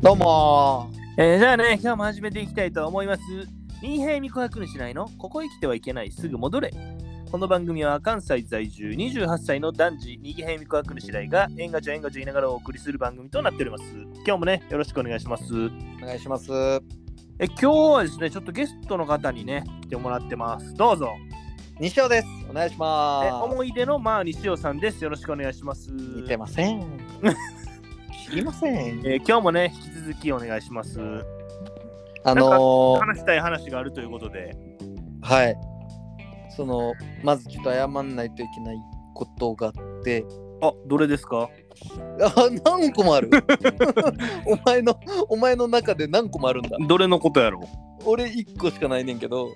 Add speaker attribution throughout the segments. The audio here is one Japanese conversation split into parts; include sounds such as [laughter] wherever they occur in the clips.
Speaker 1: どうも
Speaker 2: えーじゃあね、今日も始めていきたいと思います。民兵未琥珀にしないのここへ来てはいけない、すぐ戻れ。この番組は関西在住28歳の男児、右兵未琥珀にしないが、えんがちょえんがちょ言いながらお送りする番組となっております。今日もね、よろしくお願いします。
Speaker 1: ーお願いします。
Speaker 2: え今日はですね、ちょっとゲストの方にね、来てもらってます。どうぞ。
Speaker 1: 西尾です。お願いし
Speaker 2: え
Speaker 1: ま
Speaker 2: 思い出のまあ西尾さんです。よろしくお願いします。
Speaker 1: す。似てません。知りません。
Speaker 2: えー今日もね、引き続きお願いします。
Speaker 1: あのー
Speaker 2: 話したい話があるということで。
Speaker 1: はい。その、まずちょっと謝んないといけないことがあって、
Speaker 2: あ、どれですか
Speaker 1: あ、何個
Speaker 2: [laughs]
Speaker 1: もある。お前の、お前の中で何個もあるんだ。
Speaker 2: どれのことやろ
Speaker 1: 俺1個しかないねんけど、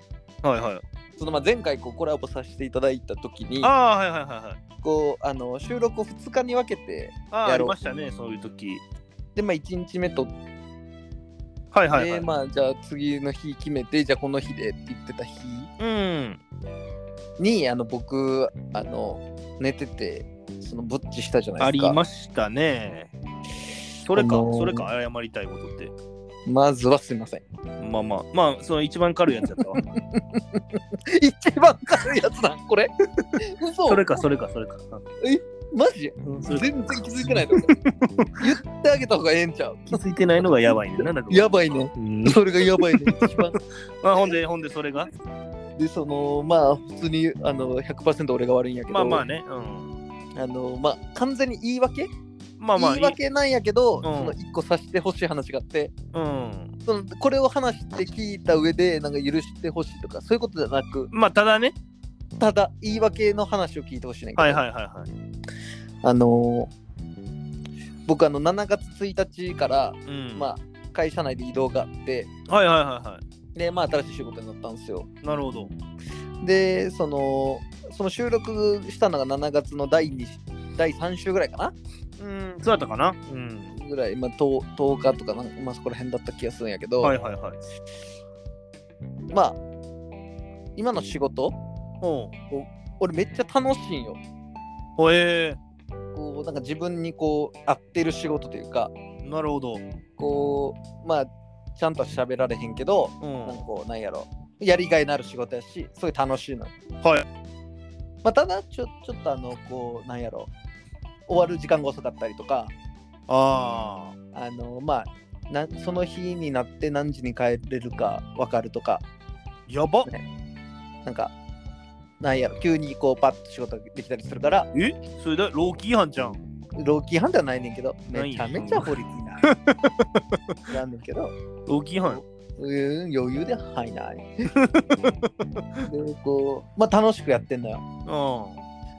Speaker 2: うはいはい。
Speaker 1: そのまあ前回こうコラボさせていただいた時に
Speaker 2: ああ、はいはいはいはい。
Speaker 1: こうあの収録を2日に分けて
Speaker 2: ああ、
Speaker 1: やろ
Speaker 2: あり
Speaker 1: う
Speaker 2: ましたね、そういう時。
Speaker 1: でまあ1日目とって、
Speaker 2: はいはいはい。
Speaker 1: まあじゃあ次の日決めてじゃあこの日でって言ってた日
Speaker 2: うん。
Speaker 1: にあの僕あの寝ててそのぼっちしたじゃな
Speaker 2: あ
Speaker 1: いで
Speaker 2: り
Speaker 1: すか
Speaker 2: ましたね。それか、
Speaker 1: あのー
Speaker 2: それか、謝りたいことって。
Speaker 1: まずはすいません [laughs]
Speaker 2: まあまあ、まあ、その一番軽いやつやったわ。
Speaker 1: 一番軽いやつだこ
Speaker 2: [laughs]
Speaker 1: れ嘘
Speaker 2: それか、それか、それか。
Speaker 1: マジ
Speaker 2: うんそ
Speaker 1: 全
Speaker 2: れ
Speaker 1: 然気づいて
Speaker 2: [laughs]
Speaker 1: ないと思う言ってあげた方がええんちゃう
Speaker 2: 気づいてないのがやばいね。なんだ
Speaker 1: やばいね
Speaker 2: うん
Speaker 1: それがやばいね一番
Speaker 2: まあ、ほんで、ほんで、それが。
Speaker 1: でそのまあ普通にあの100%俺が悪いんやけど
Speaker 2: まあまあね。うん。
Speaker 1: あのまあ完全に言い訳、
Speaker 2: まあまあ、
Speaker 1: 言い訳なんやけど、
Speaker 2: ん
Speaker 1: その一個さしてほしい話があって
Speaker 2: うん。
Speaker 1: そのこれを話して聞いた上でなんか許してほしいとかそういうことじゃなく
Speaker 2: まあ、ただね。
Speaker 1: ただ言い訳の話を聞いてほしいねんけど、
Speaker 2: はいはいはいはい。
Speaker 1: あのー僕あの7月1日から、
Speaker 2: うん。
Speaker 1: まあ会社内で移動があって
Speaker 2: あ、はいはいはいは
Speaker 1: でまあ新しい仕事になったんですよ
Speaker 2: い。なるほど。
Speaker 1: でそのその収録したのが7月の第2第3週ぐらいかな
Speaker 2: うん。そうやったかなうん。
Speaker 1: ぐらい、まあ、10, 10日とかなんか、まあ、そこら辺だった気がするんやけど、
Speaker 2: はいはいはい。
Speaker 1: まあ今の仕事
Speaker 2: おう
Speaker 1: 俺めっちゃ楽しいんよ
Speaker 2: おえ
Speaker 1: こうなんか自分にこう合ってる仕事というか
Speaker 2: ー、なるほど。
Speaker 1: こうまあちゃんとは喋られへんけど
Speaker 2: うん。
Speaker 1: なんかこうなんやろやりがいのある仕事やしすごい楽しいのよ
Speaker 2: はい
Speaker 1: まあ、ただちょちょっとあのこうなんやろ終わる時間が遅かったりとか
Speaker 2: あ
Speaker 1: あのまあなその日になって何時に帰れるか分かるとか
Speaker 2: あ、やば。
Speaker 1: なんかなんやろ急にこうパッと仕事ができたりするから
Speaker 2: えそれだ、ローキー違反じゃん。
Speaker 1: 老期違反ではないねんけどめちゃめちゃ法律にな
Speaker 2: [laughs]
Speaker 1: るなんだけど
Speaker 2: ローキー違反。
Speaker 1: うん余裕で入ら
Speaker 2: [laughs]
Speaker 1: ない。でこうまあ楽しくやってんだよ。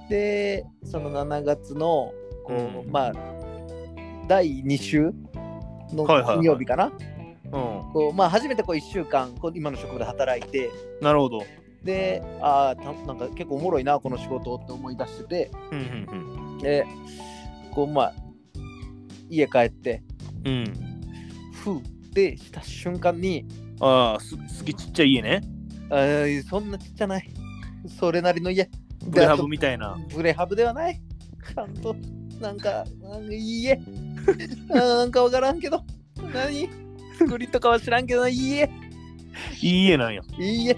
Speaker 2: う
Speaker 1: でその7月のこう、
Speaker 2: うん
Speaker 1: まあ第2週の
Speaker 2: はいはいはい
Speaker 1: 金曜日かな、
Speaker 2: ん。う
Speaker 1: こうまあ初めてこう1週間こう今の職場で働いて
Speaker 2: ん。なるほど。
Speaker 1: でああなんか結構おもろいなこの仕事って思い出してて
Speaker 2: うんうん
Speaker 1: でこうまあ家帰って
Speaker 2: うん。うん。
Speaker 1: ふうってした瞬間に
Speaker 2: ああ、す好きちっちゃい家ね。
Speaker 1: あーそんなちっちゃないそれなりの家
Speaker 2: プレハブみたいな。
Speaker 1: ブレハブではない。ちゃんと、なんか、なんかいいえ。 [laughs] なんかわからんけど、何作りとかは知らんけど、いいえ。
Speaker 2: いい家なんや。
Speaker 1: いいえ。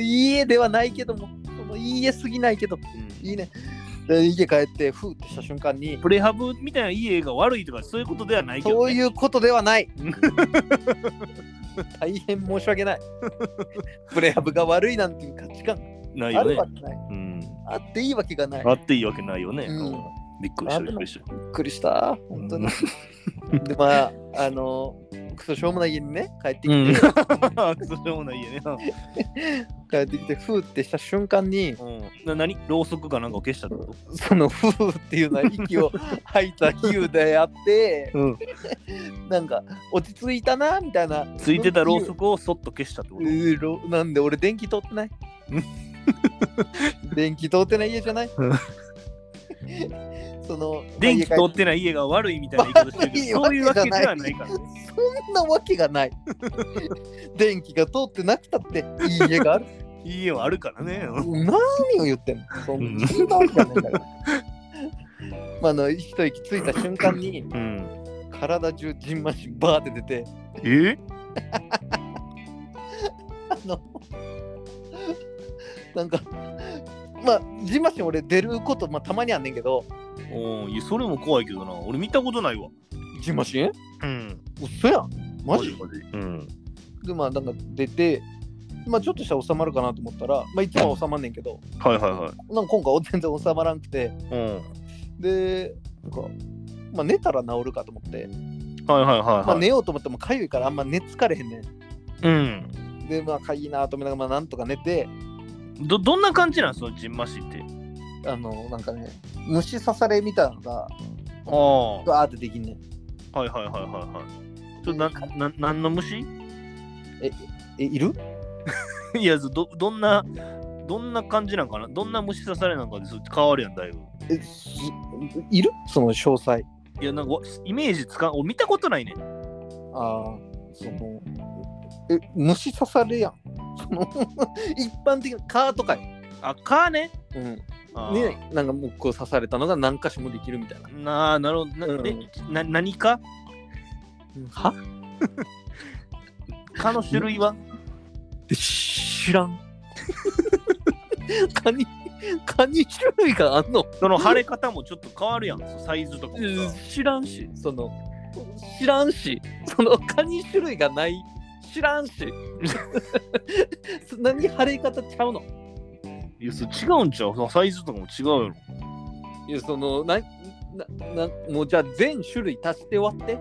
Speaker 1: いいえではないけども、そのいいえすぎないけど、
Speaker 2: うん
Speaker 1: いいね。で家帰って、ふーってした瞬間に、
Speaker 2: プレハブみたいな家が悪いとかそういうことではないけど、ね。
Speaker 1: そういうことでは
Speaker 2: [laughs]
Speaker 1: ない。大変申し訳
Speaker 2: [laughs]
Speaker 1: ない。ブレハブが悪いなんていう価値観
Speaker 2: ない
Speaker 1: あ
Speaker 2: よ
Speaker 1: る
Speaker 2: ね
Speaker 1: わ。けない。
Speaker 2: うん。
Speaker 1: あっていいわけがない。
Speaker 2: あっていいわけないよね。
Speaker 1: うん
Speaker 2: びっくりした、びっくりした。
Speaker 1: びっくりした本当にでまああのクソしょうもない家にね帰ってきて、
Speaker 2: うん。 [laughs] クソしょうもない家ね。
Speaker 1: 帰ってきてふーってした瞬間に
Speaker 2: うん。な何ろうそくかなんかを消したってこと
Speaker 1: そのふーっていうのは息を吐いた比喩であって
Speaker 2: うん。
Speaker 1: なんか落ち着いたなみたいな
Speaker 2: ついてたろうそくをそっと消したってこ
Speaker 1: うーろなんで俺電気通ってない電気通ってない家じゃない
Speaker 2: うん
Speaker 1: その
Speaker 2: と。電気通ってない家が悪いみたいな言い方してる [laughs] けど、そういうわけではないからね。
Speaker 1: そんなわけがない電気が通ってなくたっていい家がある
Speaker 2: いい家はあるからね。
Speaker 1: 何を言ってんのそん
Speaker 2: うん
Speaker 1: なそんなわけじゃないから。まあ、あの一息ついた瞬間に
Speaker 2: うん。
Speaker 1: 帰体中じんましんバーって出て
Speaker 2: え
Speaker 1: あのなんかまあじんましん俺出ること、まあ、たまにあんねんけど
Speaker 2: おーいやそれも怖いけどな俺見たことないわ
Speaker 1: じんましん
Speaker 2: うん
Speaker 1: 嘘やんマジ
Speaker 2: うん
Speaker 1: でまあなんか出てまあちょっとしたら収まるかなと思ったらまあいつもは収まんねんけど
Speaker 2: はいはいはい
Speaker 1: なんか今回は全然収まらんくて
Speaker 2: うん
Speaker 1: でなんか、まあ、寝たら治るかと思って、
Speaker 2: はいはいはいはい、
Speaker 1: まあ、寝ようと思ってもかゆいからあんま寝つかれへんね
Speaker 2: うん
Speaker 1: んでまあかゆいなと思いながら、まあ、なんとか寝て
Speaker 2: どどんな感じなんそのじんましって
Speaker 1: あのなんかね虫刺されみたいなのが
Speaker 2: ああ
Speaker 1: バーってできんねん
Speaker 2: はいはいはいはいはいちょなな何の虫
Speaker 1: えいる
Speaker 2: [laughs] いやそどどんなどんな感じなんかなどんな虫刺されなんかでそれ変わるやんだいぶ
Speaker 1: えすいるその詳細
Speaker 2: いやなんかわイメージつかん俺見たことないねん
Speaker 1: ああそのえ虫刺されやんその [laughs] 一般的な蚊とかよ
Speaker 2: あかね
Speaker 1: うん
Speaker 2: あー
Speaker 1: ね、なんかもうこう刺されたのが何箇所もできるみたいな。
Speaker 2: なあなるほどな,、
Speaker 1: うん
Speaker 2: えな何か
Speaker 1: は
Speaker 2: 蚊の種類は
Speaker 1: 知らん。カニ、カニ種類があんの
Speaker 2: その腫れ方もちょっと変わるやんそうサイズとかもさ
Speaker 1: 知らんし、その、知らんし、そのカニ種類がない、知らんし。 [laughs] そ何腫れ方ちゃうの
Speaker 2: いやそれ違うんちゃうそのサイズとかも違うやろ
Speaker 1: いや、その、な、な、なもうじゃあ全種類足して終わって。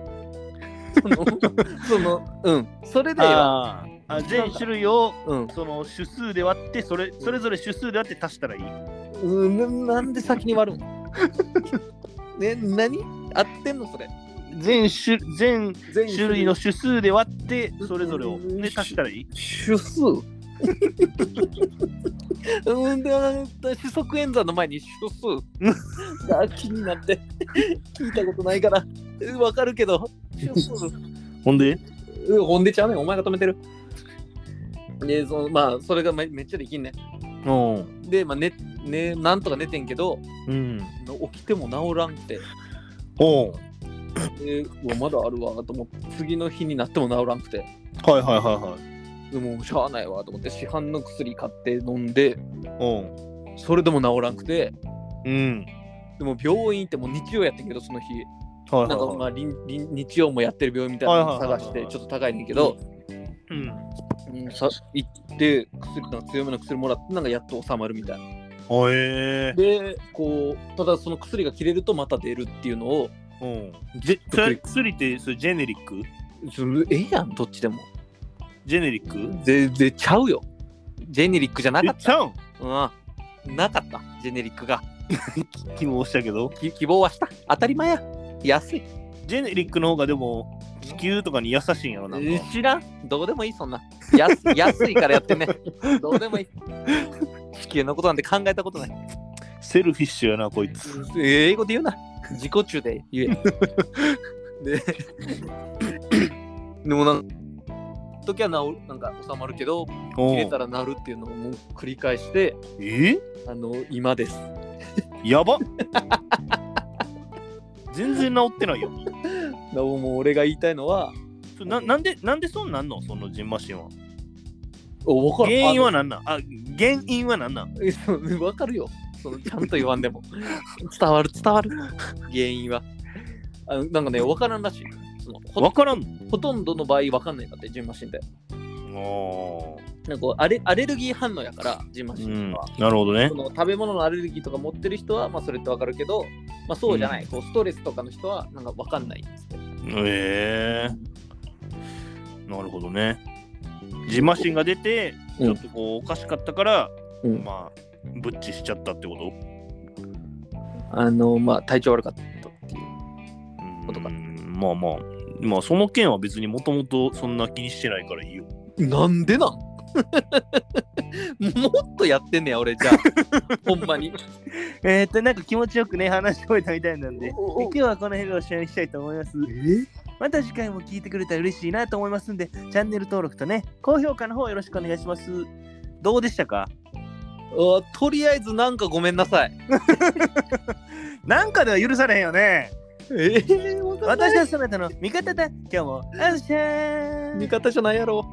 Speaker 1: その、 [laughs] その、うん、それだよ。
Speaker 2: あーあ全種類を
Speaker 1: うん、
Speaker 2: その種数で割ってそれそれぞれ種数で割って足したらいい
Speaker 1: うん、ななん [laughs] で先に割るのね、何合ってんのそれ。
Speaker 2: 全種全
Speaker 1: 全
Speaker 2: 種類の種数で割ってそれぞれを
Speaker 1: うん
Speaker 2: で足したらいい
Speaker 1: 種数うんで四則演算の前に種数が気になって聞いたことないからうんわかるけど種数
Speaker 2: ほんで
Speaker 1: うんほんでちゃうねんお前が止めてるでそのまあそれがめめっちゃできんね
Speaker 2: うん
Speaker 1: んでまあねねなんとか寝てんけど
Speaker 2: うん
Speaker 1: の起きても治らんって
Speaker 2: お
Speaker 1: でうわまだあるわと思って次の日になっても治らんくて
Speaker 2: はいはいはいは
Speaker 1: でもうしゃあないわと思って市販の薬買って飲んで
Speaker 2: いお
Speaker 1: それでも治らんくて
Speaker 2: うん
Speaker 1: でも病院行ってもう日曜やってんけどその日
Speaker 2: はい
Speaker 1: なんかまあ臨臨日曜もやってる病院みたいなの探し
Speaker 2: はいは
Speaker 1: て
Speaker 2: いはいはい
Speaker 1: ちょっと高いねんけど、
Speaker 2: うん
Speaker 1: うんさ行って薬なんか強めの薬もらってなんかやっと治まるみたいな
Speaker 2: おえ
Speaker 1: でこうただその薬が切れるとまた出るっていうのを
Speaker 2: うん
Speaker 1: ずっ
Speaker 2: それ薬ってそれジェネリック
Speaker 1: ずええやんどっちでも
Speaker 2: ジェネリック
Speaker 1: 全然ちゃうよジェネリックじゃなか
Speaker 2: え
Speaker 1: っ
Speaker 2: ちゃうん
Speaker 1: た、うん、なかったジェネリックが
Speaker 2: 気もしたけど
Speaker 1: き希望はした当たり前や安い
Speaker 2: ジェネリックの方がでも地球とかに優しいんやろなんか
Speaker 1: えー知らんどうでもいいそんな安 [laughs] 安いからやってねどうでもいい地球のことなんて考えたことない
Speaker 2: セルフィッシュやなこいつ
Speaker 1: 英語で言うな自己中で言え [laughs] ででもなんか時は治るなんか収まるけど
Speaker 2: お
Speaker 1: 切れたらなるっていうのをもう繰り返して
Speaker 2: え
Speaker 1: あの今です
Speaker 2: やば [laughs] 全然治ってないよ
Speaker 1: でももう俺が言いたいのは
Speaker 2: そななんでなんでそうなんのそのジンマシンは
Speaker 1: お分か
Speaker 2: 原
Speaker 1: る
Speaker 2: 因は
Speaker 1: あ
Speaker 2: なんなんあ原因はなんなん
Speaker 1: のえそう [laughs] 分かるよそのちゃんと言わんでも [laughs] 伝わる伝わる原因はあのなんかね分からんらしいそのほ
Speaker 2: わからんの
Speaker 1: ほとんどの場合分かんないんだって、ジンマシンって。
Speaker 2: お
Speaker 1: なんかこうアレアレルギー反応やから、ジンマシ
Speaker 2: う
Speaker 1: ン
Speaker 2: ん
Speaker 1: とかは。
Speaker 2: なるほどね
Speaker 1: その食べ物のアレルギーとか持ってる人は、まあ、それって分かるけど、まあ、そうじゃない、こうストレスとかの人はなんか分かんないんですって。
Speaker 2: ええなるほどねジンマシンが出てち
Speaker 1: う
Speaker 2: ょ
Speaker 1: ん
Speaker 2: っとこうおかしかったから、
Speaker 1: うん
Speaker 2: まあブッチしちゃったってこと
Speaker 1: あのまあ、体調悪かったっていう。ことか
Speaker 2: うんまあまあまあその件は別にもともとそんな気にしてないからいいよ
Speaker 1: なんでなん [laughs] もっとやってんねや、俺 [laughs] じゃあ。ほんまに。
Speaker 2: えー、っとなんか気持ちよくね話し終えたみたいなんで
Speaker 1: おお
Speaker 2: 今日はこの辺でおしまいにしたいと思いますまた次回も聞いてくれたら嬉しいなと思いますんでチャンネル登録とね高評価の方よろしくお願いしますどうでしたか
Speaker 1: あとりあえずなんかごめんなさい。
Speaker 2: なんかでは許されへんよね
Speaker 1: ええもうダサい
Speaker 2: 私はそなたの味方だ今日もあっしゃー
Speaker 1: 味方じゃないやろ